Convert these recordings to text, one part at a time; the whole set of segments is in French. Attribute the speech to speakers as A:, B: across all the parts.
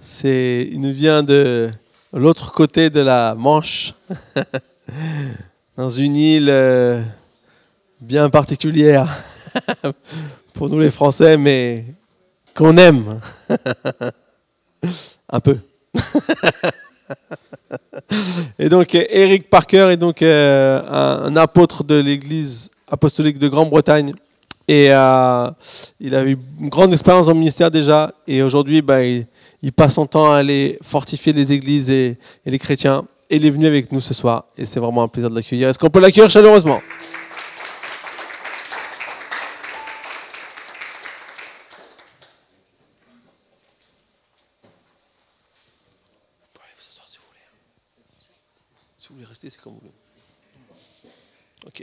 A: C'est, il nous vient de l'autre côté de la Manche, dans une île euh, bien particulière pour nous les Français, mais qu'on aime un peu. Et donc Eric Parker est donc euh, un, un apôtre de l'Église apostolique de Grande-Bretagne. Et euh, il a eu une grande expérience dans le ministère déjà. Et aujourd'hui, bah, il, il passe son temps à aller fortifier les églises et, et les chrétiens. Et il est venu avec nous ce soir. Et c'est vraiment un plaisir de l'accueillir. Est-ce qu'on peut l'accueillir chaleureusement hein. Si vous voulez rester, c'est comme vous voulez. Ok.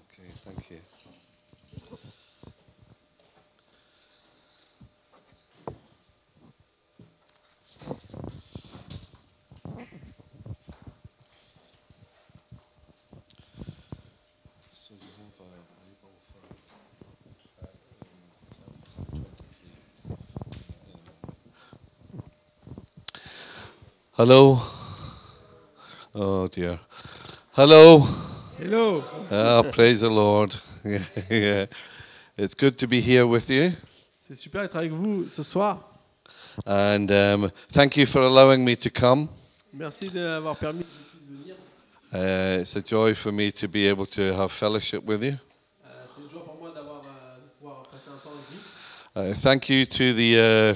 B: Okay, thank you. So you have a label for track um, some- some 23 in- Hello. Oh dear. Hello.
C: Hello.
B: Ah, praise the Lord. yeah. It's good to be here with you.
A: C'est super d'être avec vous ce soir.
B: And um, thank you for allowing me to come.
A: Merci d'avoir permis que je puisse venir.
B: Uh, it's a joy for me to be able to have fellowship with you.
A: Euh, c'est une joie pour moi d'avoir euh, de pouvoir passer un temps avec vous.
B: Uh, thank you to the, uh,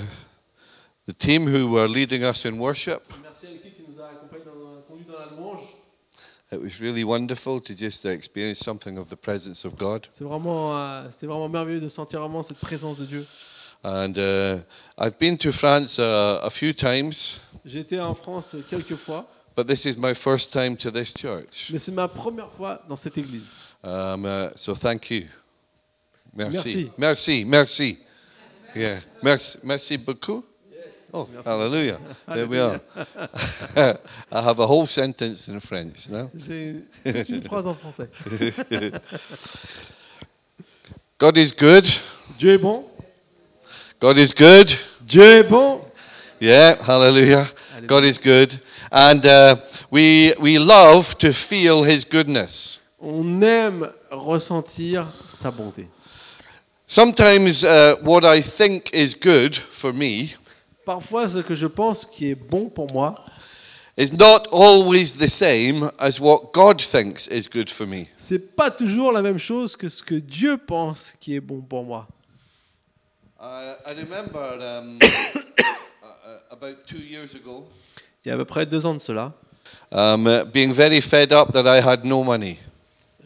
B: the team who were leading us in worship.
A: Merci à l'équipe qui nous a accompagnés dans, conduit dans la louange.
B: It was really wonderful to just experience something of the presence of God.
A: C'est vraiment, euh, c'était vraiment merveilleux de sentir vraiment cette présence de Dieu.
B: And uh, I've been to France uh, a few times,
A: J'ai été en France quelques fois,
B: but this is my first time to this church.
A: mais c'est ma première fois dans cette église.
B: Um, uh, so thank you. Merci.
A: Merci.
B: Merci. Merci. Yeah. Merci. Merci beaucoup. Oh, hallelujah. There we are. I have a whole sentence in French now.
A: J'ai toute une phrase en français.
B: God is good.
A: Dieu est bon.
B: God is good.
A: Dieu est bon.
B: Yeah, hallelujah. God is good. And uh, we, we love to feel his goodness.
A: On aime ressentir sa bonté.
B: Sometimes uh, what I think is good for me
A: Parfois, ce que je pense qui est bon pour moi,
B: is not always the same as what God thinks is good for me.
A: c'est pas toujours la même chose que ce que Dieu pense qui est bon pour moi.
B: I I remember um, uh, about two years ago
A: Il y a à peu près deux ans de cela,
B: um, uh, being very fed up that I had no money.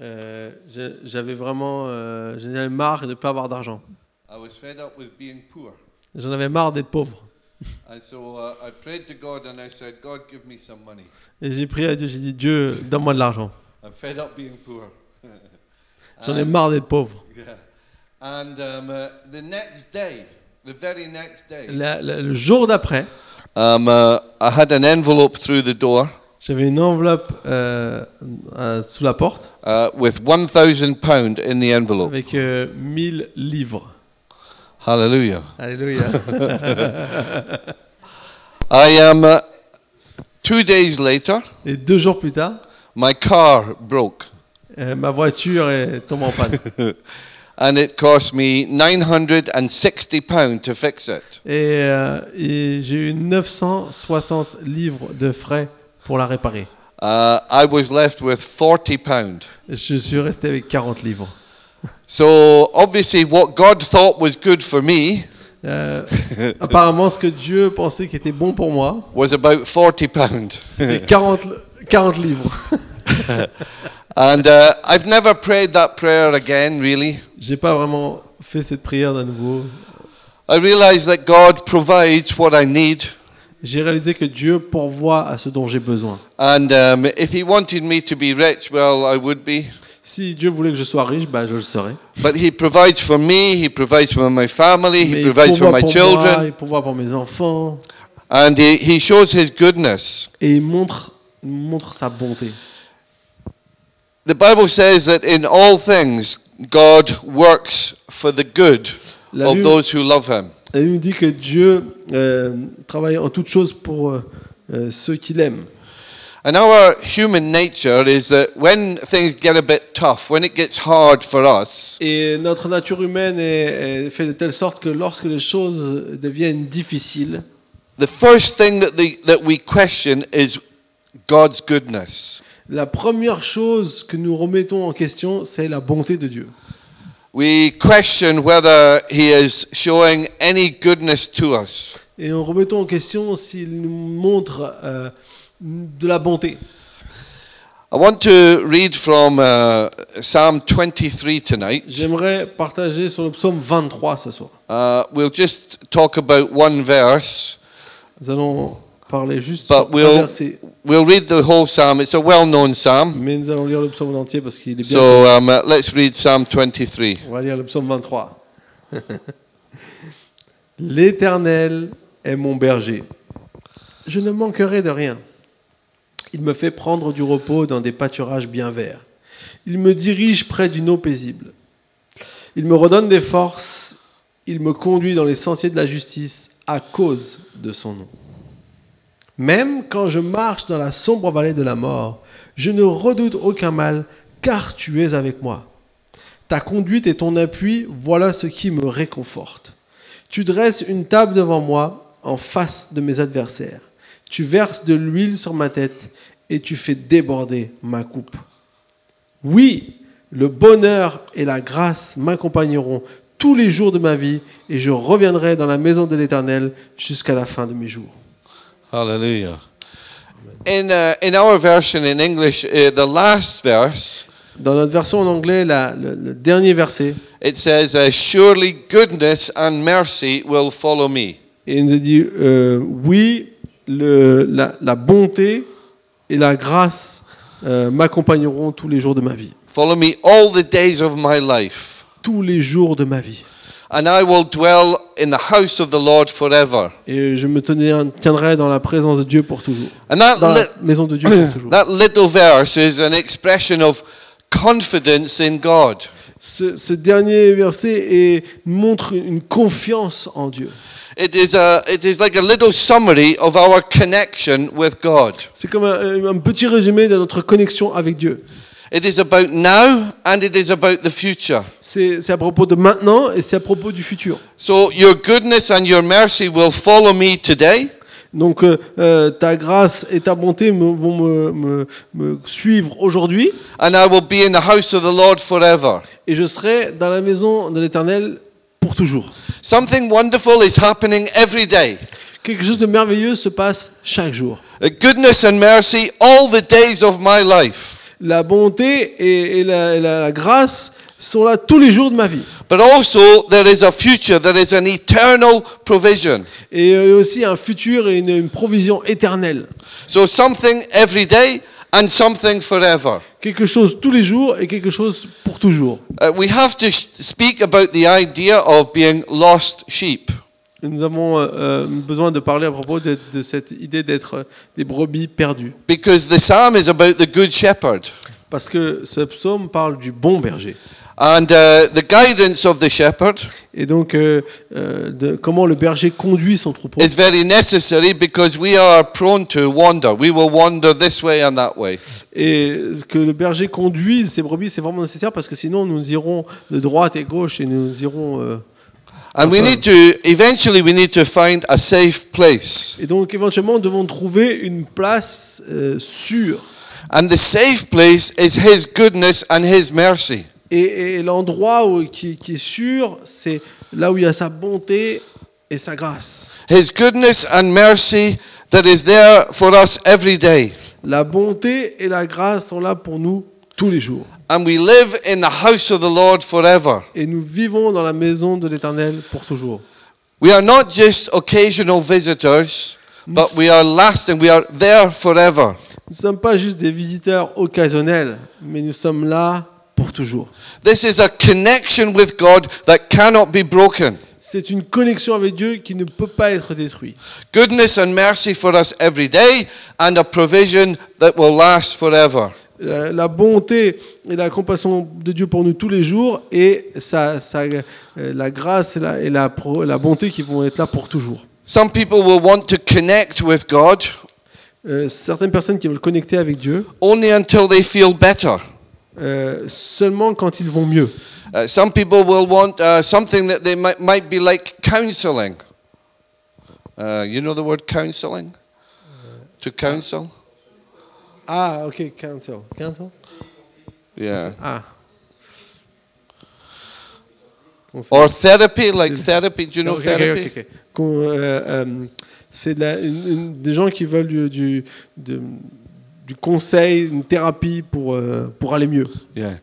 A: euh, je- j'avais vraiment, euh, j'en avais marre de ne pas avoir d'argent.
B: I was fed up with being poor.
A: J'en avais marre d'être pauvre.
B: And so uh, I prayed to God and I said, God, give me some money.
A: Et j'ai prié à Dieu, j'ai dit Dieu, donne-moi de l'argent.
B: I'm fed up being poor.
A: J'en ai marre d'être pauvre.
B: yeah. And um, uh, the next day, the very next day,
A: La- la- le jour d'après,
B: um, uh, I had an envelope through the door
A: j'avais une enveloppe euh, euh, sous la porte
B: uh, with £1,000 in the envelope.
A: avec euh, 1000 livres.
B: Hallelujah.
A: Alléluia.
B: I am uh, two days later.
A: Et deux jours plus tard,
B: My car broke,
A: euh, ma voiture est tombée en panne.
B: and it cost me nine hundred and sixty pound to fix it.
A: Et, euh, et j'ai eu 960 livres de frais pour la réparer.
B: Uh, I was left with forty pound.
A: Je suis resté avec 40 livres.
B: So obviously, what God thought was good for me
A: Euh, apparemment, ce que Dieu pensait qui était bon pour moi,
B: was about forty pound,
A: c'était 40, 40 livres.
B: and uh, I've never prayed that prayer again. Really,
A: J'ai pas vraiment fait cette prière d'un nouveau.
B: I realize that God provides what I need,
A: J'ai réalisé que Dieu pourvoit à ce dont j'ai besoin.
B: and um, if He wanted me to be rich, well, I would be.
A: Si Dieu voulait que je sois riche, bah, je le serais.
B: But He provides for me. He provides for my family. He
A: Mais il
B: provides for
A: pourvoit
B: my
A: pour
B: children.
A: moi, il pourvoit pour mes enfants.
B: And he, he shows his goodness.
A: et il montre, montre sa bonté.
B: The Bible says that in all things, God works for the good
A: La
B: of
A: Bible-
B: those who love him.
A: La Bible dit que Dieu euh, travaille en toutes choses pour euh, euh, ceux qui l'aiment.
B: And our human nature is that when things get a bit tough, when it gets hard for us,
A: Et notre nature humaine est, est faite de telle sorte que lorsque les choses deviennent difficiles,
B: the first thing that, the, that we question is God's goodness.
A: la première chose que nous remettons en question, c'est la bonté de Dieu.
B: We question whether he is showing any goodness to us.
A: Et en remettant en question s'il nous montre euh, de la bonté.
B: I want to read from uh, Psalm 23 tonight.
A: J'aimerais partager sur le psaume 23 ce soir.
B: Uh, we'll just talk about one verse,
A: Nous allons parler juste
B: but
A: sur un
B: we'll,
A: verset,
B: we'll read the whole psalm. It's a well known psalm.
A: mais nous allons lire le psaume en entier parce qu'il est bien.
B: So um, uh, let's read Psalm 23.
A: On va lire le psaume 23. L'Éternel est mon berger. Je ne manquerai de rien. Il me fait prendre du repos dans des pâturages bien verts. Il me dirige près d'une eau paisible. Il me redonne des forces. Il me conduit dans les sentiers de la justice à cause de son nom. Même quand je marche dans la sombre vallée de la mort, je ne redoute aucun mal, car tu es avec moi. Ta conduite et ton appui, voilà ce qui me réconforte. Tu dresses une table devant moi en face de mes adversaires. Tu verses de l'huile sur ma tête et tu fais déborder ma coupe. Oui, le bonheur et la grâce m'accompagneront tous les jours de ma vie et je reviendrai dans la maison de l'Éternel jusqu'à la fin de mes jours.
B: Hallelujah. In, uh, in our version in English, uh, the last verse,
A: Dans notre version en anglais, la- le- le dernier verset,
B: it says, uh, Surely goodness and mercy will follow me.
A: Et il nous a dit euh, oui, le- la, la bonté et la grâce euh, m'accompagneront tous les jours de ma vie.
B: Follow me all the days of my life.
A: Tous les jours de ma vie.
B: And I will dwell in the house of the Lord forever.
A: Et je me tenais- tiendrai dans la présence de Dieu pour toujours.
B: And that,
A: Dans la
B: li-
A: maison de Dieu pour toujours.
B: that little verse is an expression of confidence in God.
A: Ce, ce dernier verset est- montre une confiance en Dieu.
B: It is, a, it is like a little summary of our connection with God.
A: C'est comme un, un petit résumé de notre connexion avec Dieu.
B: It is about now and it is about the future.
A: C'est c'est à propos de maintenant et c'est à propos du futur.
B: So your goodness and your mercy will follow me today.
A: Donc euh, euh, ta grâce et ta bonté me- vont me, me- me suivre aujourd'hui
B: and I will be in the house of the Lord forever.
A: et je serai dans la maison de l'Éternel pour toujours.
B: Something wonderful is happening every day.
A: Quelque chose de merveilleux se passe chaque jour.
B: Uh, Goodness and mercy all the days of my life.
A: La bonté et, et la, et la- la grâce sont là tous les jours de ma vie.
B: But also there is a future, there is an eternal provision.
A: Et euh, aussi un futur et une, une provision éternelle.
B: So something every day and something forever.
A: Quelque chose tous les jours et quelque chose pour toujours.
B: Uh, we have to sh- speak about the idea of being lost sheep.
A: Et nous avons euh, euh, besoin de parler à propos de, de cette idée d'être euh, des brebis perdues.
B: Because the psalm is about the good shepherd.
A: Parce que ce psaume parle du bon berger.
B: And uh, the guidance of the shepherd
A: Et donc, euh, euh, de, comment le berger conduit son troupeau.
B: is very necessary because we are prone to wander. We will wander this way and that way.
A: Et que le berger conduise ses brebis, c'est vraiment nécessaire parce que sinon, nous irons de droite et gauche et nous irons. euh,
B: And we need to, eventually, we need to find a safe place.
A: Et donc, éventuellement, nous devons trouver une place euh, sûre.
B: And the safe place is His goodness and His mercy.
A: Et, et l'endroit où- qui, qui est sûr, c'est là où il y a sa bonté et sa grâce.
B: His goodness and mercy that is there for us every day.
A: La bonté et la grâce sont là pour nous tous les jours.
B: And we live in the house of the Lord forever.
A: Et nous vivons dans la maison de l'Éternel pour toujours.
B: We are not just occasional visitors, but we are lasting, we are there forever.
A: Nous ne sommes pas juste des visiteurs occasionnels, mais nous sommes là pour toujours.
B: This is a connection with God that cannot be broken.
A: C'est une connexion avec Dieu qui ne peut pas être détruite.
B: Goodness and mercy for us every day, and a provision that will last forever.
A: La, la bonté et la compassion de Dieu pour nous tous les jours et sa, sa- euh, la grâce et, la, et la pro- la bonté qui vont être là pour toujours.
B: Some people will want to connect with God
A: Euh, certaines personnes qui veulent connecter avec Dieu
B: only until they feel better.
A: euh, seulement quand ils vont mieux.
B: Uh, some people will want uh, something that they might, might be like counseling. Uh, you know the word counseling? To counsel?
A: Ah, ok, cancel. Cancel
B: Yeah.
A: Ah.
B: Or therapy, like therapy. Do you know
A: Ok, ok, ok,
B: therapy?
A: ok. Qu'on, euh, euh, c'est de la- une- une- des gens qui veulent du, du, de- du conseil, une thérapie pour, euh, pour aller mieux.
B: Yeah.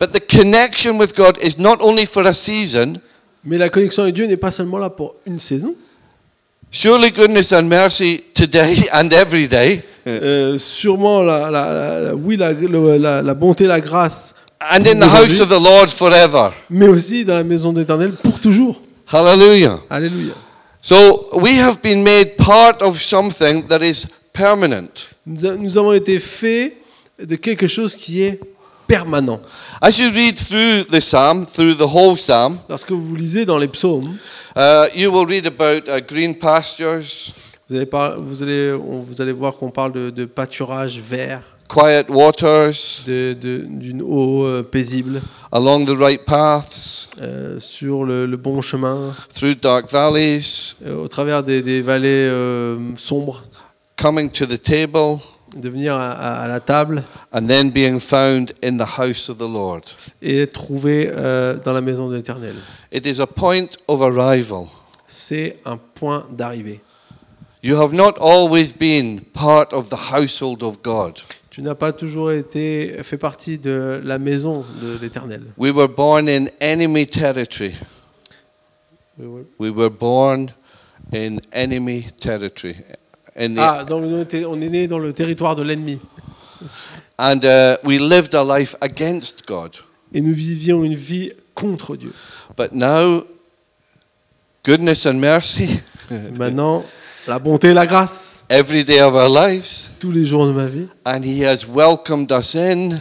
B: But the connection with God is not only for a season.
A: Mais la connexion avec Dieu n'est pas seulement là pour une saison.
B: Surely goodness and mercy today and every day,
A: Euh, sûrement, la, la- la- la- oui, la, le- la- la bonté, la grâce,
B: and in the house of the Lord forever.
A: mais aussi dans la maison de l'Éternel pour toujours.
B: Hallelujah.
A: Alléluia.
B: So we have been made part of something that is permanent.
A: Nous, a- nous avons été faits de quelque chose qui est permanent.
B: As you read through the psalm, through the whole psalm,
A: Lorsque vous lisez dans les psaumes,
B: uh, you will read about uh, green pastures,
A: vous allez, par- vous allez, on- vous allez voir qu'on parle de, de pâturage vert,
B: quiet waters,
A: de- de- d'une eau euh, paisible,
B: along the right paths,
A: euh, sur le, le bon chemin,
B: through dark valleys,
A: euh, au travers des, des vallées euh, sombres,
B: coming to the table,
A: de venir à, à- à la table
B: and then being found in the house of the Lord.
A: et être trouvé euh, dans la maison de l'Éternel.
B: It is a point of arrival.
A: C'est un point d'arrivée.
B: You have not always been part of the household of God.
A: Tu n'as pas toujours été fait partie de la maison de l'Éternel.
B: We were born in enemy territory. We were born in enemy territory. In the,
A: Ah, donc nous, on était- on est né dans le territoire de l'ennemi.
B: And uh, we lived a life against God.
A: Et nous vivions une vie contre Dieu.
B: But now, goodness and mercy,
A: Maintenant, la bonté et la grâce,
B: every day of our lives,
A: tous les jours de ma vie,
B: and He has welcomed us in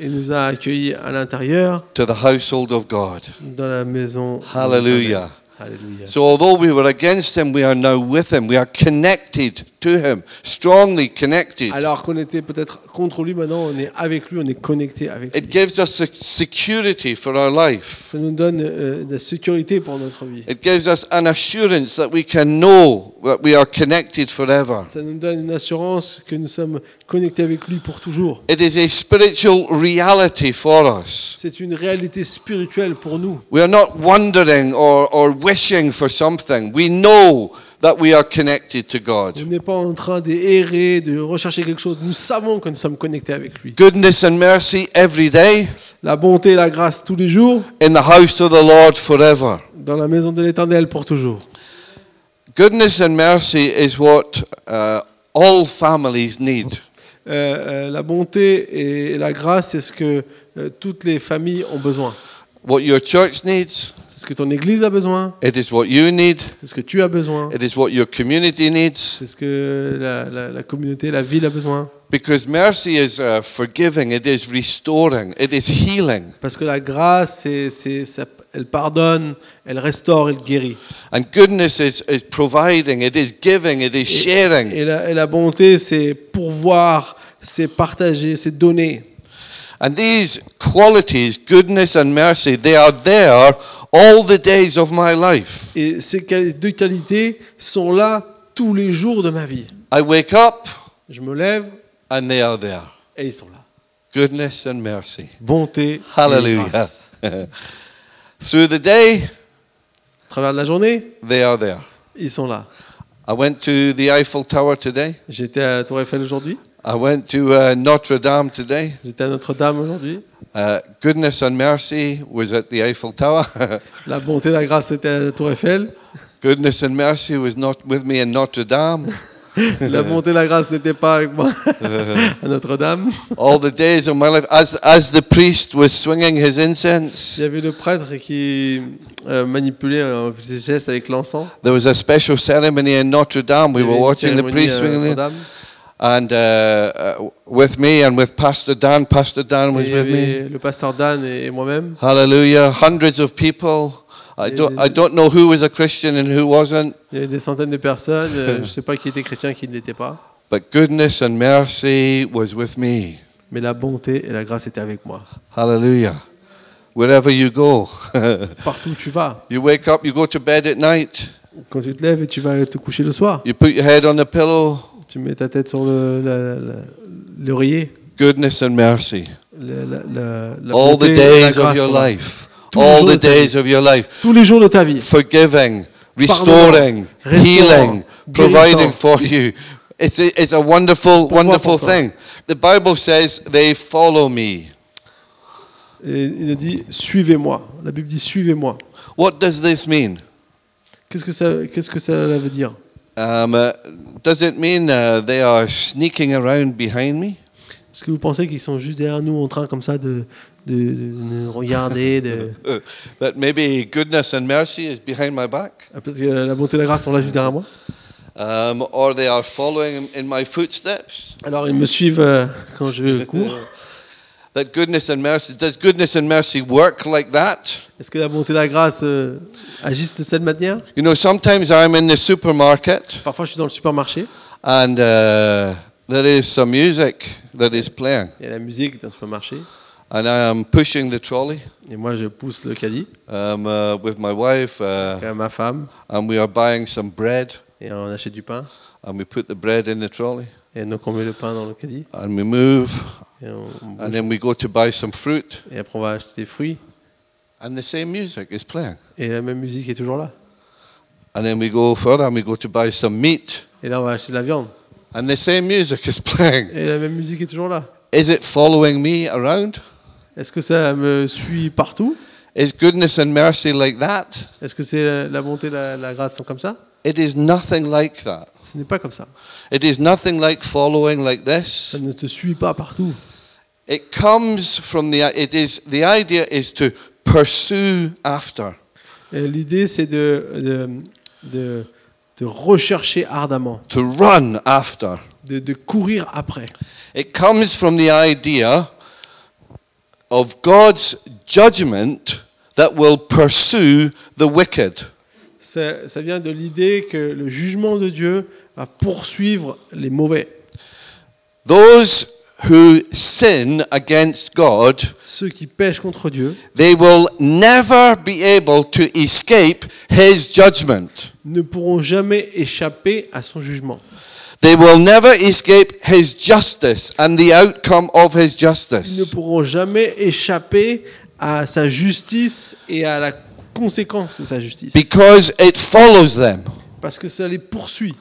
A: et nous a accueillis à l'intérieur,
B: to the household of God.
A: dans la maison. de
B: Hallelujah.
A: l'Éternel. Alléluia.
B: So, although we were against Him, we are now with Him. We are connected to Him, strongly connected.
A: Alors qu'on était peut-être contre lui, maintenant on est avec lui, on est connecté avec
B: It
A: lui.
B: gives us a security for our life.
A: Ça nous donne euh, de la sécurité pour notre vie.
B: It gives us an assurance that we can know that we are connected forever.
A: Ça nous donne une assurance que nous sommes connectés avec lui pour toujours.
B: It is a spiritual reality for us.
A: C'est une réalité spirituelle pour nous.
B: We are not wondering or, or wishing for something. We know that we are connected to
A: On
B: God.
A: n'est pas en train d'errer, de rechercher quelque chose. Nous savons que nous sommes connectés avec lui.
B: Goodness and mercy every day
A: La bonté et la grâce tous les jours,
B: in the house of the Lord forever.
A: dans la maison de l'Éternel pour toujours.
B: Goodness and mercy is what uh, all families need.
A: Euh, euh, la bonté et la grâce, c'est ce que euh, toutes les familles ont besoin.
B: What your church needs,
A: C'est ce que ton Église a besoin,
B: it is what you need,
A: c'est ce que tu as besoin,
B: it is what your community needs.
A: c'est ce que la, la- la communauté, la ville a besoin.
B: Because mercy is uh, forgiving, it is restoring, it is healing.
A: Parce que la grâce, c'est- c'est- ça- elle pardonne, elle restaure, elle guérit.
B: And goodness is, is providing, it is giving, it is sharing.
A: Et la, et la bonté, c'est pourvoir, c'est partager, c'est donner.
B: And these qualities, goodness and mercy, they are there all the days of my life.
A: Et ces quali- deux qualités sont là tous les jours de ma vie.
B: I wake up
A: Je me lève
B: and they are there.
A: et ils sont là.
B: Goodness and mercy.
A: Bonté. et
B: Hallelujah.
A: grâce.
B: Through the day,
A: Au travers de la journée,
B: they are there.
A: ils sont là.
B: I went to the Eiffel Tower today.
A: J'étais à Tour Eiffel aujourd'hui,
B: I went to uh, Notre Dame today.
A: j'étais à Notre-Dame aujourd'hui.
B: Uh, goodness and mercy was at the Eiffel Tower.
A: La bonté, la grâce était à la Tour Eiffel.
B: Goodness and mercy was not with me in Notre Dame.
A: La bonté et la grâce n'étaient pas avec moi à Notre-Dame.
B: All the days of my life, as, as the priest was swinging his incense,
A: Il y avait le prêtre qui euh, manipulait euh, ses gestes avec l'encens.
B: there was a special ceremony in Notre Dame. We
A: Il y avait
B: were
A: une
B: watching the
A: cérémonie
B: priest
A: à
B: swinging it.
A: Notre-Dame.
B: And uh, uh, with me and with Pastor Dan, Pastor Dan
A: Et
B: was
A: il y
B: with me.
A: avait le pasteur Dan et et moi-même.
B: Hallelujah. Hundreds of people. I don't, I don't know who was a Christian and who wasn't,
A: Il y avait des centaines de personnes. euh, Je ne sais pas qui était chrétien, qui ne l'était pas.
B: but goodness and mercy was with me.
A: Mais la bonté et la grâce étaient avec moi.
B: Hallelujah. Wherever you go,
A: Partout où tu vas,
B: you wake up, you go to bed at night,
A: quand tu te lèves et tu vas te coucher le soir,
B: you put your head on the pillow,
A: tu mets ta tête sur le- la- la- la- l'oreiller.
B: goodness and mercy.
A: La- la- la- la
B: All
A: bonté et la
B: the days of
A: grâce
B: your
A: sont là.
B: life.
A: Tous les
B: All
A: jours
B: the
A: de ta
B: days of your life.
A: Tous les jours de ta vie.
B: Forgiving, restoring,
A: restaurant,
B: healing, providing
A: guérissant.
B: for you. It's a, it's a wonderful,
A: Pourquoi,
B: wonderful
A: pourquoi?
B: thing. The Bible says they follow me.
A: Et il a dit Suivez-moi. La Bible dit Suivez-moi.
B: What does this mean?
A: Qu'est-ce que ça, qu'est-ce que ça veut dire
B: Um, uh, does it mean uh, they are sneaking around behind me?
A: Est-ce que vous pensez qu'ils sont juste derrière nous en train comme ça de, de, de nous regarder de...
B: Uh, that maybe goodness and mercy is behind my back?
A: Ah, Peut-être que la bonté et la grâce sont là juste derrière moi.
B: Um, or they are following in my footsteps?
A: Alors ils me suivent euh, quand je cours.
B: That goodness and mercy, does goodness and mercy work like that?
A: Est-ce que la bonté et la grâce euh, agissent de cette manière
B: You know, sometimes I'm in the supermarket
A: Parfois je suis dans le supermarché.
B: and uh, there is some music that is playing,
A: Il y a la musique dans le supermarché.
B: and I am pushing the trolley
A: Et moi je pousse le caddie
B: um, uh, with my wife, uh,
A: à ma femme
B: and we are buying some bread,
A: et on achète du pain.
B: and we put the bread in the trolley.
A: Et donc on met le pain dans le caddie.
B: and we move,
A: Et, on- on-
B: and then we go to buy some fruit,
A: et après on va acheter des fruits.
B: and the same music is playing.
A: Et la même musique est toujours là.
B: And then we go further, and we go to buy some meat,
A: Et là on va acheter de la viande.
B: and the same music is playing.
A: Et la même musique est toujours là.
B: Is it following me around?
A: Est-ce que ça me suit partout
B: Is goodness and mercy like that?
A: Est-ce que c'est la- la bonté, la, la grâce sont comme ça
B: It is nothing like that.
A: Ce n'est pas comme ça.
B: It is nothing like following like this.
A: Ça ne te suit pas partout.
B: It comes from the. It is the idea is to pursue after.
A: Euh, L'idée, c'est de, de, de, de rechercher ardemment,
B: To run after.
A: de, de courir après.
B: It comes from the idea of God's judgment that will pursue the wicked.
A: Ça, ça vient de l'idée que le jugement de Dieu va poursuivre les mauvais,
B: Those who sin against God,
A: ceux qui pêchent contre Dieu.
B: they will never be able to escape his judgment.
A: ne pourront jamais échapper à son jugement.
B: They will never escape his justice and the outcome of his
A: Ils ne
B: justice.
A: pourront jamais échapper à sa justice et à la conséquence de sa justice.
B: Because it follows them,
A: Parce que ça les poursuit,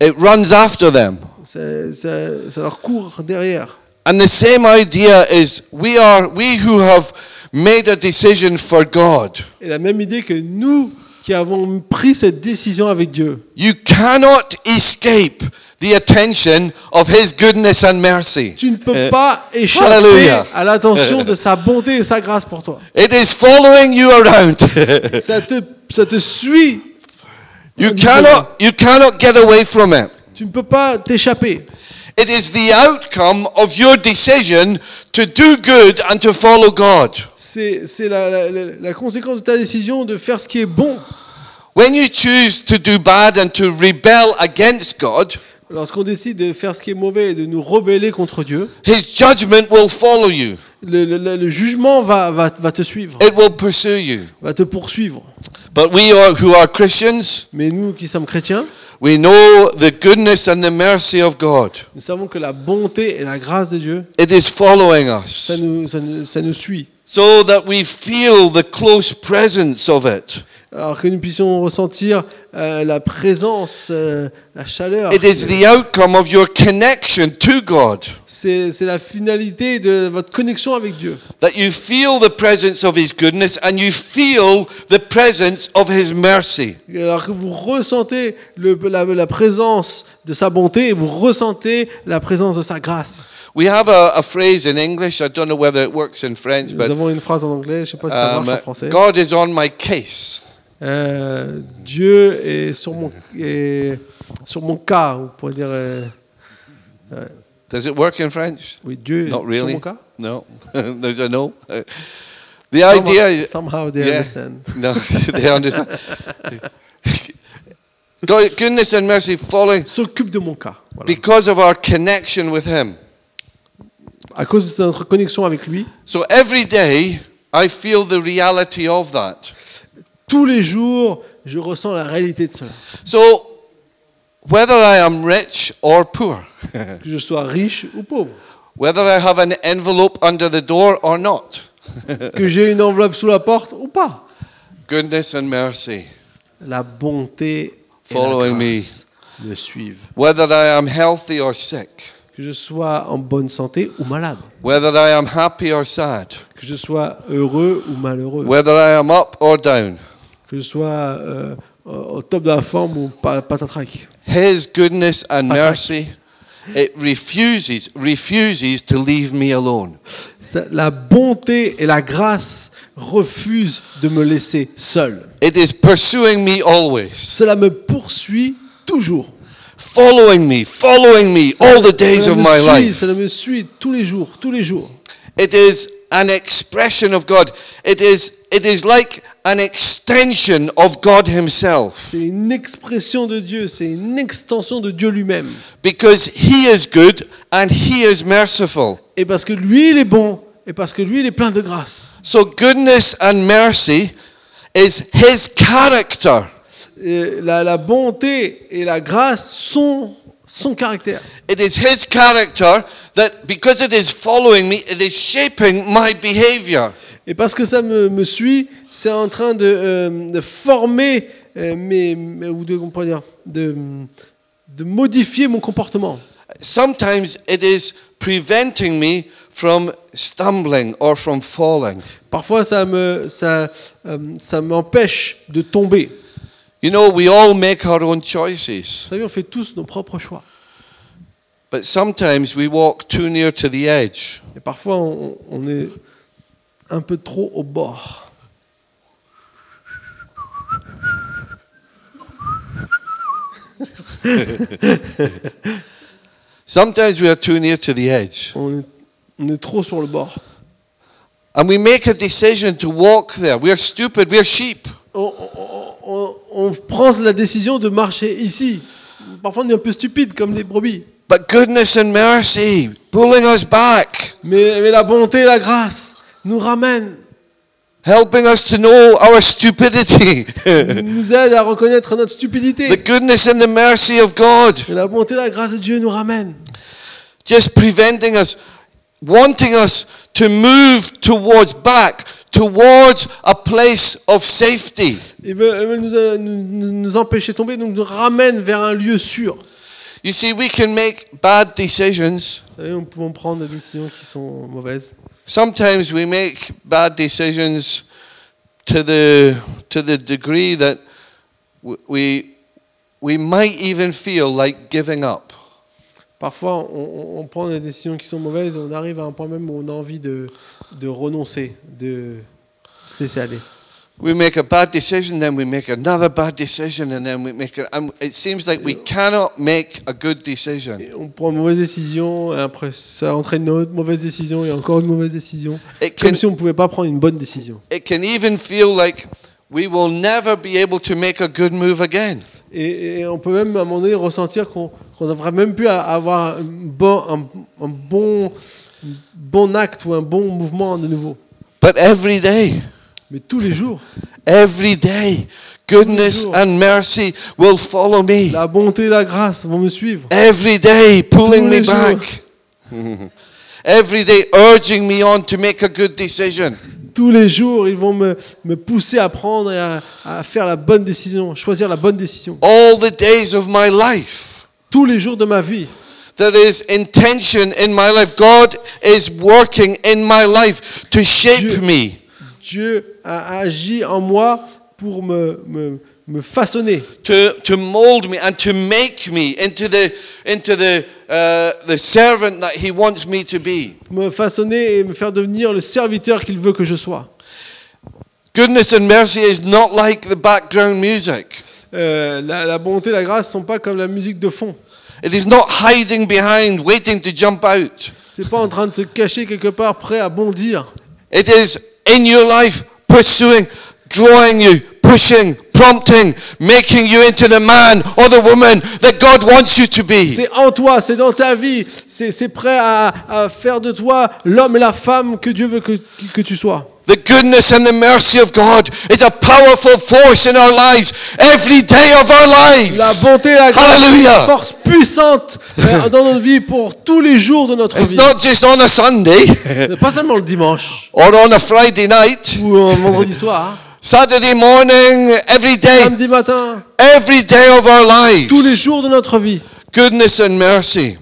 B: it runs after them.
A: ça, ça- ça leur court derrière.
B: And the same idea is we are we who have made a decision for God.
A: Et la même idée que nous qui avons pris cette décision avec Dieu,
B: You cannot escape the attention of his goodness and mercy.
A: tu ne peux pas échapper
B: Hallelujah.
A: à l'attention de sa bonté et sa grâce pour toi.
B: It is following you around.
A: Ça te, ça te suit,
B: you cannot you cannot get away from it.
A: tu ne peux pas t'échapper.
B: It is the outcome of your decision to do good and to follow God.
A: C'est c'est la- la- la- la conséquence de ta décision de faire ce qui est bon
B: When you choose to do bad and to rebel against God,
A: Lorsqu'on décide de faire ce qui est mauvais et de nous rebeller contre Dieu,
B: his judgment will follow you.
A: le, le- le- le jugement va, va, va te suivre,
B: It will pursue you.
A: va te poursuivre.
B: But we are, who are Christians,
A: Mais nous qui sommes chrétiens,
B: we know the goodness and the mercy of God.
A: nous savons que la bonté et la grâce de Dieu,
B: It is following
A: ça
B: us
A: nous, ça nous, ça nous suit.
B: so that we feel the close presence of it.
A: Alors que nous puissions ressentir euh, la présence, euh, la chaleur.
B: It is the outcome of your connection to God
A: C'est c'est la finalité de votre connexion avec Dieu.
B: that you feel the presence of His goodness and you feel the presence of His mercy.
A: Alors que vous ressentez le- la, la présence de sa bonté et vous ressentez la présence de sa grâce.
B: We have a, a phrase in English, I don't know whether it works in French,
A: Nous
B: but
A: avons une phrase en anglais, je ne sais pas si ça
B: um,
A: marche en français.
B: God is on my case.
A: Euh, Dieu est sur mon, est sur mon cas, on pourrait dire. euh,
B: Does it work in French?
A: oui, Dieu est
B: Not really.
A: sur mon cas.
B: No, there's a no. The idea is.
A: Somehow they
B: Yeah.
A: understand.
B: No, they understand. God, goodness and mercy following
A: S'occupe de mon cas. Voilà.
B: because of our connection with Him.
A: À cause de notre connexion avec lui,
B: So every day I feel the reality of that.
A: tous les jours, je ressens la réalité de cela.
B: So whether I am rich or poor,
A: Que je sois riche ou pauvre,
B: whether I have an envelope under the door or not, Euh,
A: que j'ai une enveloppe sous la porte ou pas.
B: goodness and mercy,
A: La bonté et
B: Following
A: la
B: me.
A: grâce me suivent.
B: whether I am healthy or sick,
A: Que je sois en bonne santé ou malade,
B: whether I am happy or sad,
A: que je sois heureux ou malheureux,
B: whether I am up or down,
A: que je sois euh, au- au top de la forme ou pas patatrac.
B: His goodness and
A: Attack.
B: mercy, it refuses, refuses to leave me alone.
A: Ça- La bonté et la grâce refusent de me laisser seul.
B: It is pursuing me always,
A: Cela me poursuit toujours.
B: following me, following me all the days
A: Cela
B: of
A: me
B: my
A: suit,
B: life.
A: Cela me suit tous les jours, tous les jours.
B: It is an expression of God. It is, it is like an extension of God Himself.
A: C'est une expression de Dieu, c'est une extension de Dieu lui-même.
B: Because He is good and He is merciful.
A: Et parce que lui, il est bon, et parce que lui, il est plein de grâce.
B: So goodness and mercy is His character.
A: Et la, la bonté et la grâce sont son caractère.
B: It is his character that, because it is following me, it is shaping my behavior.
A: Et parce que ça me, me suit, c'est en train de, euh, de former euh, mes, mes- ou de, on pourrait dire, de, de modifier mon comportement.
B: Sometimes it is preventing me from stumbling or from falling.
A: Parfois, ça me, ça, euh, ça m'empêche de tomber.
B: You know, we all make our own choices,
A: Vous savez, on fait tous nos propres choix.
B: but sometimes we walk too near to the edge.
A: Et parfois, on, on est un peu trop au bord.
B: Sometimes we are too near to the edge.
A: On est, on est trop sur le bord.
B: And we make a decision to walk there. We are stupid, we are sheep.
A: On, on- on- on prend la décision de marcher ici. Parfois, on est un peu stupide comme les brebis.
B: But goodness and mercy pulling us back,
A: Mais, mais la bonté et la grâce nous ramènent,
B: helping us to know our stupidity.
A: nous aident à reconnaître notre
B: The
A: stupidité.
B: goodness and the mercy of God
A: Et la bonté et la grâce de Dieu nous ramènent.
B: just preventing us, wanting us to move towards back, towards a place of safety.
A: Ils veulent, ils veulent nous, euh, nous- nous- nous empêcher de tomber, donc nous ramènent vers un lieu sûr.
B: You see, we can make bad decisions.
A: Vous savez, nous pouvons prendre des décisions qui sont mauvaises.
B: Sometimes we make bad decisions to the, to the degree that w- we, we might even feel like giving up.
A: Parfois, on, on- on prend des décisions qui sont mauvaises et on arrive à un point même où on a envie de, de renoncer, de se laisser aller.
B: We make a bad decision, then we make another bad decision, and then we make it. And it seems like we cannot make a good decision.
A: Et on prend une mauvaise décision, et après ça entraîne une autre mauvaise décision et encore une mauvaise décision.
B: It
A: Comme
B: can-
A: si on ne pouvait pas prendre une bonne décision.
B: It can even feel like we will never be able to make a good move again.
A: Et, et on peut même à un moment donné ressentir qu'on qu'on n'aurait même plus à avoir un bon, un- un bon, un bon acte ou un bon mouvement de nouveau.
B: But every day,
A: Mais tous les jours,
B: every day, goodness
A: Bonjour.
B: and mercy will follow me.
A: la bonté et la grâce vont me suivre.
B: Every day, pulling me
A: Bonjour.
B: back. every day, urging me on to make a good decision.
A: Tous les jours, ils vont me, me pousser à prendre et à, à faire la bonne décision, choisir la bonne décision.
B: all the days of my life.
A: Tous les jours de ma vie.
B: There is intention in my life. God is working in my life to shape
A: Dieu-
B: me,
A: Dieu a agi en moi pour me, me, me façonner,
B: to, to mold me, and to make me into the, into the, uh, the servant that He wants me to be.
A: me façonner et me faire devenir le serviteur qu'il veut que je sois.
B: Goodness and mercy is not like the background music.
A: Euh, la, la bonté, la grâce sont pas comme la musique de fond.
B: It is not hiding behind, waiting to jump out.
A: C'est pas en train de se cacher quelque part, prêt à bondir.
B: It is in your life, pursuing, drawing you, pushing, prompting, making you into the man or the woman that God wants you to be.
A: C'est en toi, c'est dans ta vie, c'est c'est prêt à, à faire de toi l'homme et la femme que Dieu veut que, que tu sois.
B: The goodness and the mercy of God is a powerful force in our lives every day of our
A: La
B: lives.
A: bonté, la grâce, c'est une
B: Hallelujah.
A: force puissante euh, dans notre vie pour tous les jours de notre
B: It's
A: vie.
B: not just on a Sunday
A: Pas seulement le dimanche
B: or on a Friday night,
A: ou un vendredi soir, hein.
B: Saturday morning, every day,
A: samedi matin,
B: every day of our
A: tous les
B: lives.
A: jours de notre vie.
B: Goodness and mercy.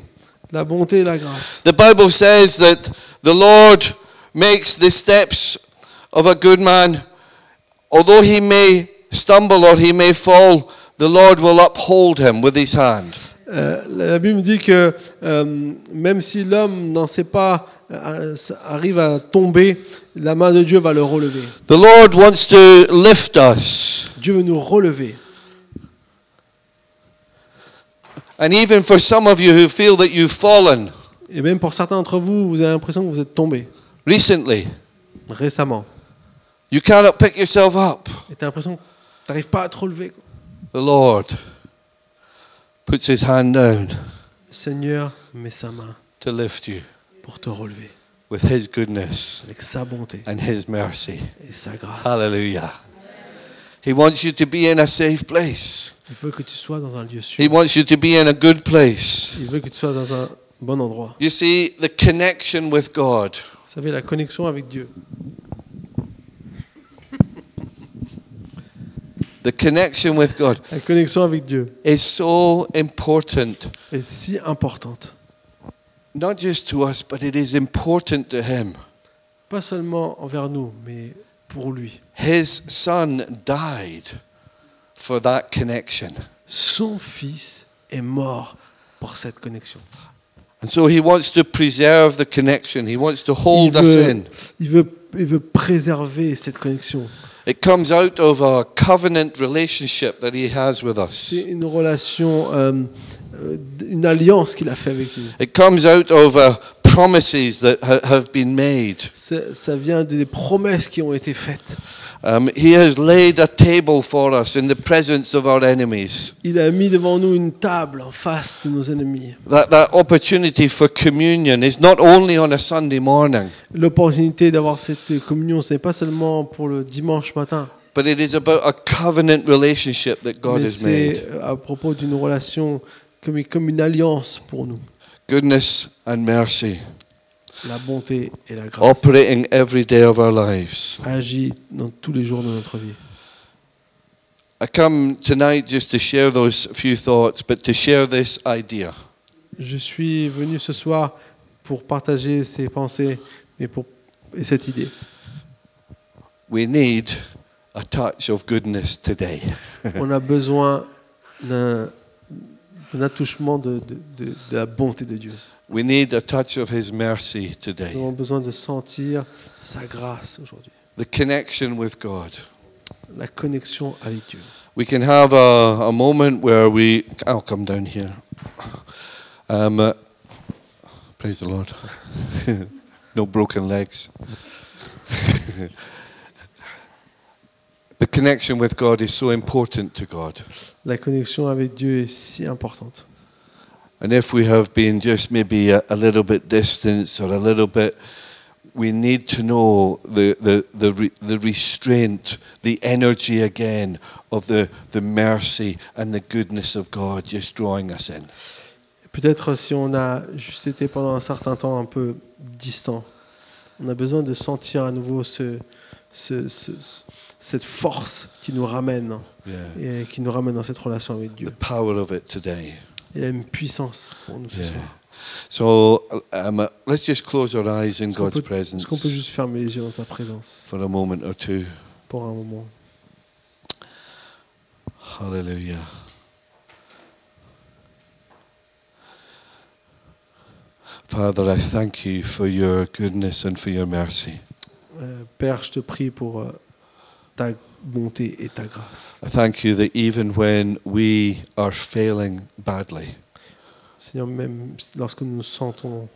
A: La bonté et la grâce.
B: The Bible says that the Lord makes the steps of a good man, although he may stumble or he may fall, the Lord will uphold him with his hand.
A: Euh, la Bible dit que euh, même si l'homme n'en sait pas, euh, arrive à tomber, la main de Dieu va le relever.
B: The Lord wants to lift us.
A: Dieu veut nous relever.
B: And even for some of you who feel that you've fallen
A: Et même pour certains d'entre vous, vous avez l'impression que vous êtes tombé
B: recently,
A: récemment.
B: you cannot pick yourself up.
A: Et tu as l'impression que tu n'arrives pas à te relever. quoi.
B: The Lord puts his hand down
A: Le Seigneur met sa main
B: to lift you
A: pour te relever
B: with his goodness
A: avec sa bonté
B: and his mercy.
A: et sa grâce.
B: Hallelujah. He wants you to be in a safe place.
A: Il veut que tu sois dans un lieu sûr.
B: He wants you to be in a good place.
A: Il veut que tu sois dans un bon endroit.
B: You see, the connection with God.
A: Vous savez, la connexion avec Dieu.
B: The connection with God
A: La connexion avec Dieu
B: is so important,
A: est si importante.
B: not just to us, but it is important to Him.
A: Pas seulement envers nous, mais pour lui.
B: His Son died for that connection.
A: Son fils est mort pour cette connexion.
B: And so He wants to preserve the connection, He wants to
A: Il
B: hold us
A: veut,
B: in.
A: il veut, il veut préserver cette connexion.
B: It comes out of a covenant relationship that He has with us.
A: C'est une relation, euh, euh, une alliance qu'il a fait avec nous.
B: It comes out of uh, promises that ha- have been made.
A: Ça ça vient des promesses qui ont été faites.
B: Um, he has laid a table for us in the presence of our enemies.
A: Il a mis devant nous une table en face de nos ennemis.
B: That, that opportunity for communion is not only on a Sunday morning,
A: L'opportunité d'avoir cette communion, ce n'est pas seulement pour le dimanche matin,
B: but it is about a covenant relationship that God
A: mais
B: has made.
A: c'est à propos d'une relation comme, comme une alliance pour nous.
B: Goodness and mercy
A: La bonté et la grâce
B: operating every day of our lives.
A: agit dans tous les jours de notre vie.
B: I come tonight just to share those few thoughts, but to share this idea.
A: Je suis venu ce soir pour partager ces pensées et, pour, et cette idée.
B: We need a touch of goodness today.
A: On a besoin d'un d'un attouchement de, de- de- de la bonté de Dieu.
B: We need a touch of His mercy
A: Nous
B: today.
A: avons besoin de sentir sa grâce aujourd'hui,
B: The connection with God.
A: la connexion avec Dieu.
B: We can have a, a moment where we. I'll come down here. Um, uh, praise the Lord. no broken legs. the connection with God is so important to God.
A: La connexion avec Dieu est si importante.
B: And if we have been just maybe a, a little bit distant or a little bit, we need to know the, the, the, re, the restraint, the energy again of the, the mercy and the goodness of God just drawing us in.
A: Peut-être si on a juste été pendant un certain temps un peu distant, on a besoin de sentir à nouveau ce, ce- ce- ce- cette force qui nous ramène hein,
B: Yeah.
A: et qui nous ramène dans cette relation avec Dieu.
B: The power of it today.
A: Il a une puissance pour nous ce
B: Yeah.
A: soir.
B: So um, uh, let's just close our eyes in
A: Est-ce qu'on
B: God's
A: peut, est-ce qu'on peut
B: presence
A: juste fermer les yeux dans sa présence
B: for a moment or two.
A: pour un moment
B: Hallelujah. Father, I thank you for your goodness and for your mercy.
A: Euh, Père, je te prie pour euh, ta bonté et ta grâce.
B: I thank you that even when we are failing badly,
A: Seigneur, même lorsque nous nous sentons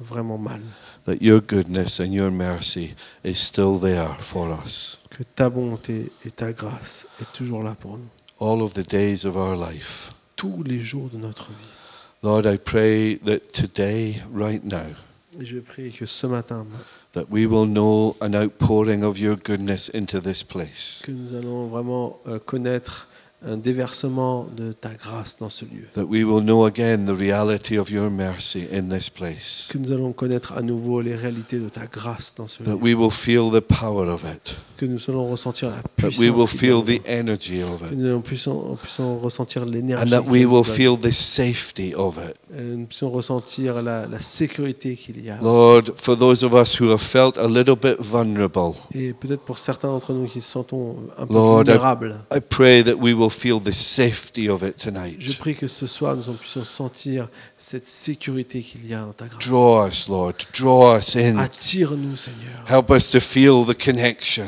A: vraiment mal,
B: that your goodness and your mercy is still there for us
A: que ta bonté et ta grâce est toujours là pour nous,
B: all of the days of our life.
A: tous les jours de notre vie.
B: Lord, I pray that today, right now,
A: Et je prie que ce matin,
B: that we will know an outpouring of your goodness into this place,
A: que nous allons vraiment euh, connaître un déversement de ta grâce dans ce lieu,
B: that we will know again the reality of your mercy in this place,
A: que nous allons connaître à nouveau les réalités de ta grâce dans ce lieu,
B: that we will feel the power of it,
A: que nous allons ressentir la
B: that we will
A: puissance, qui
B: feel
A: vient de
B: the energy of
A: nous, que
B: it,
A: nous allons puissant- puissions ressentir l'énergie,
B: and that
A: qui
B: we
A: vient de
B: will
A: toi.
B: feel the safety of it.
A: Euh, nous puissions ressentir la, la sécurité qu'il y a.
B: Lord, for those of us who have felt a little bit vulnerable,
A: Et peut-être pour certains d'entre nous qui se sentons un peu
B: Lord, I-
A: vulnérables,
B: I pray that we will feel the safety of it tonight.
A: je prie que ce soir nous en puissions sentir cette sécurité qu'il y a dans ta grâce.
B: Draw us, Lord. Draw us in.
A: Attire-nous, Seigneur.
B: Help us to feel the connection.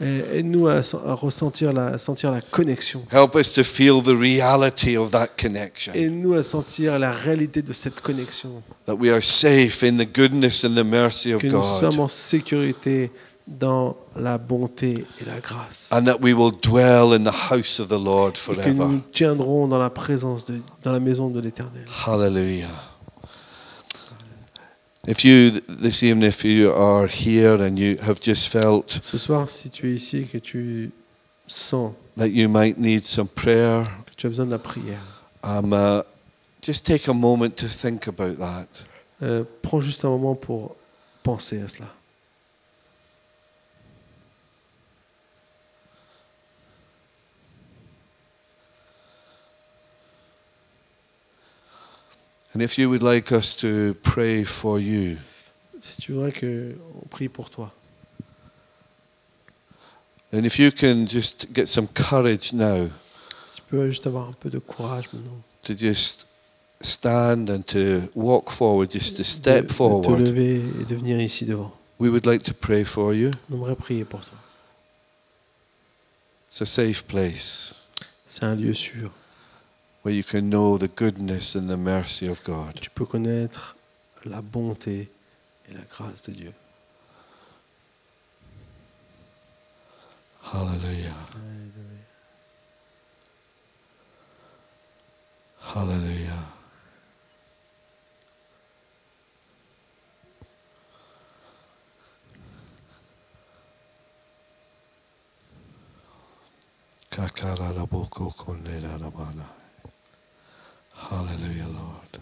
A: Et Aide-nous à, sen- à ressentir la, à sentir la connexion.
B: Help us to feel the reality of that connection.
A: Aide-nous à sentir la réalité de cette connexion.
B: That we are safe in the goodness and the mercy of
A: Que nous sommes
B: God.
A: en sécurité dans la bonté et la grâce.
B: And that we will dwell in the house of the Lord
A: Et que nous nous
B: forever.
A: tiendrons dans la présence, de, dans la maison de l'Éternel.
B: Hallelujah. If you, this evening, if you are here and you have just felt
A: Ce soir, si tu es ici et que tu sens
B: that you might need some prayer,
A: que tu as besoin de la prière,
B: um, uh, just take a moment to think about that.
A: Euh, prends juste un moment pour penser à cela.
B: And if you would like us to pray for you,
A: Si tu voudrais que on prie pour toi,
B: then if you can just get some courage now
A: si tu peux juste avoir un peu de courage maintenant,
B: to just stand and to walk forward, just
A: de,
B: to
A: de
B: step
A: te
B: forward,
A: lever et de venir ici devant.
B: we would like to pray for you.
A: On aimerait prier pour toi.
B: It's a safe place
A: C'est un lieu sûr.
B: where you can know the goodness and the mercy of God.
A: Tu peux connaître la bonté et la grâce de Dieu.
B: Hallelujah. Hallelujah. Kakaraboko konderabana. Hallelujah, Lord.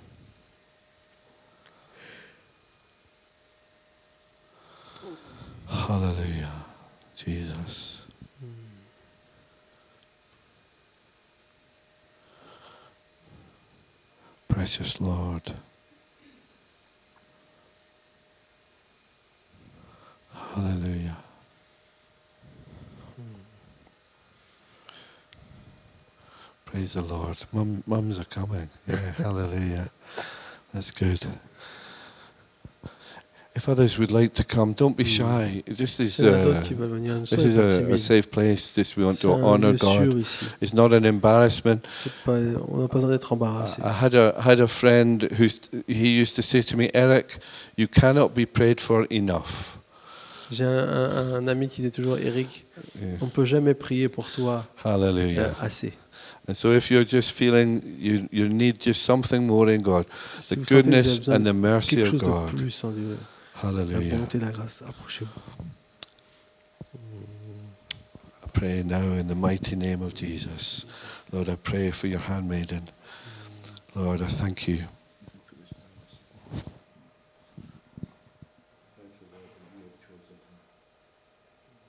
B: Hallelujah, Jesus. Precious Lord. Hallelujah. Praise the Lord. Mum, mums are coming. Yeah, hallelujah. That's good. If others would like to come, don't be shy. This is
A: S'il y en a
B: uh,
A: d'autres qui veulent venir, ne
B: this is
A: soyez pas
B: a, a
A: timides.
B: safe place. This we want
A: C'est
B: to honor
A: un lieu
B: God.
A: sûr ici.
B: It's not an embarrassment.
A: C'est pas- on n'a pas besoin d'être embarrassé.
B: I had a had a friend who he used to say to me, Eric, you cannot be prayed for enough.
A: J'ai un, un- un ami qui dit toujours, Eric,
B: ah. Yeah.
A: on ne peut jamais prier pour toi euh,
B: Hallelujah.
A: assez.
B: And so if you're just feeling you you need just something more in God,
A: Si
B: the
A: vous sentez que vous avez
B: goodness
A: besoin
B: and the
A: de
B: mercy
A: quelque
B: of
A: chose de
B: God.
A: plus en Dieu, la
B: Hallelujah.
A: bonté, la grâce, approchez-vous.
B: I pray now in the mighty name of Jesus. Lord, I pray for your handmaiden. Lord, I thank you.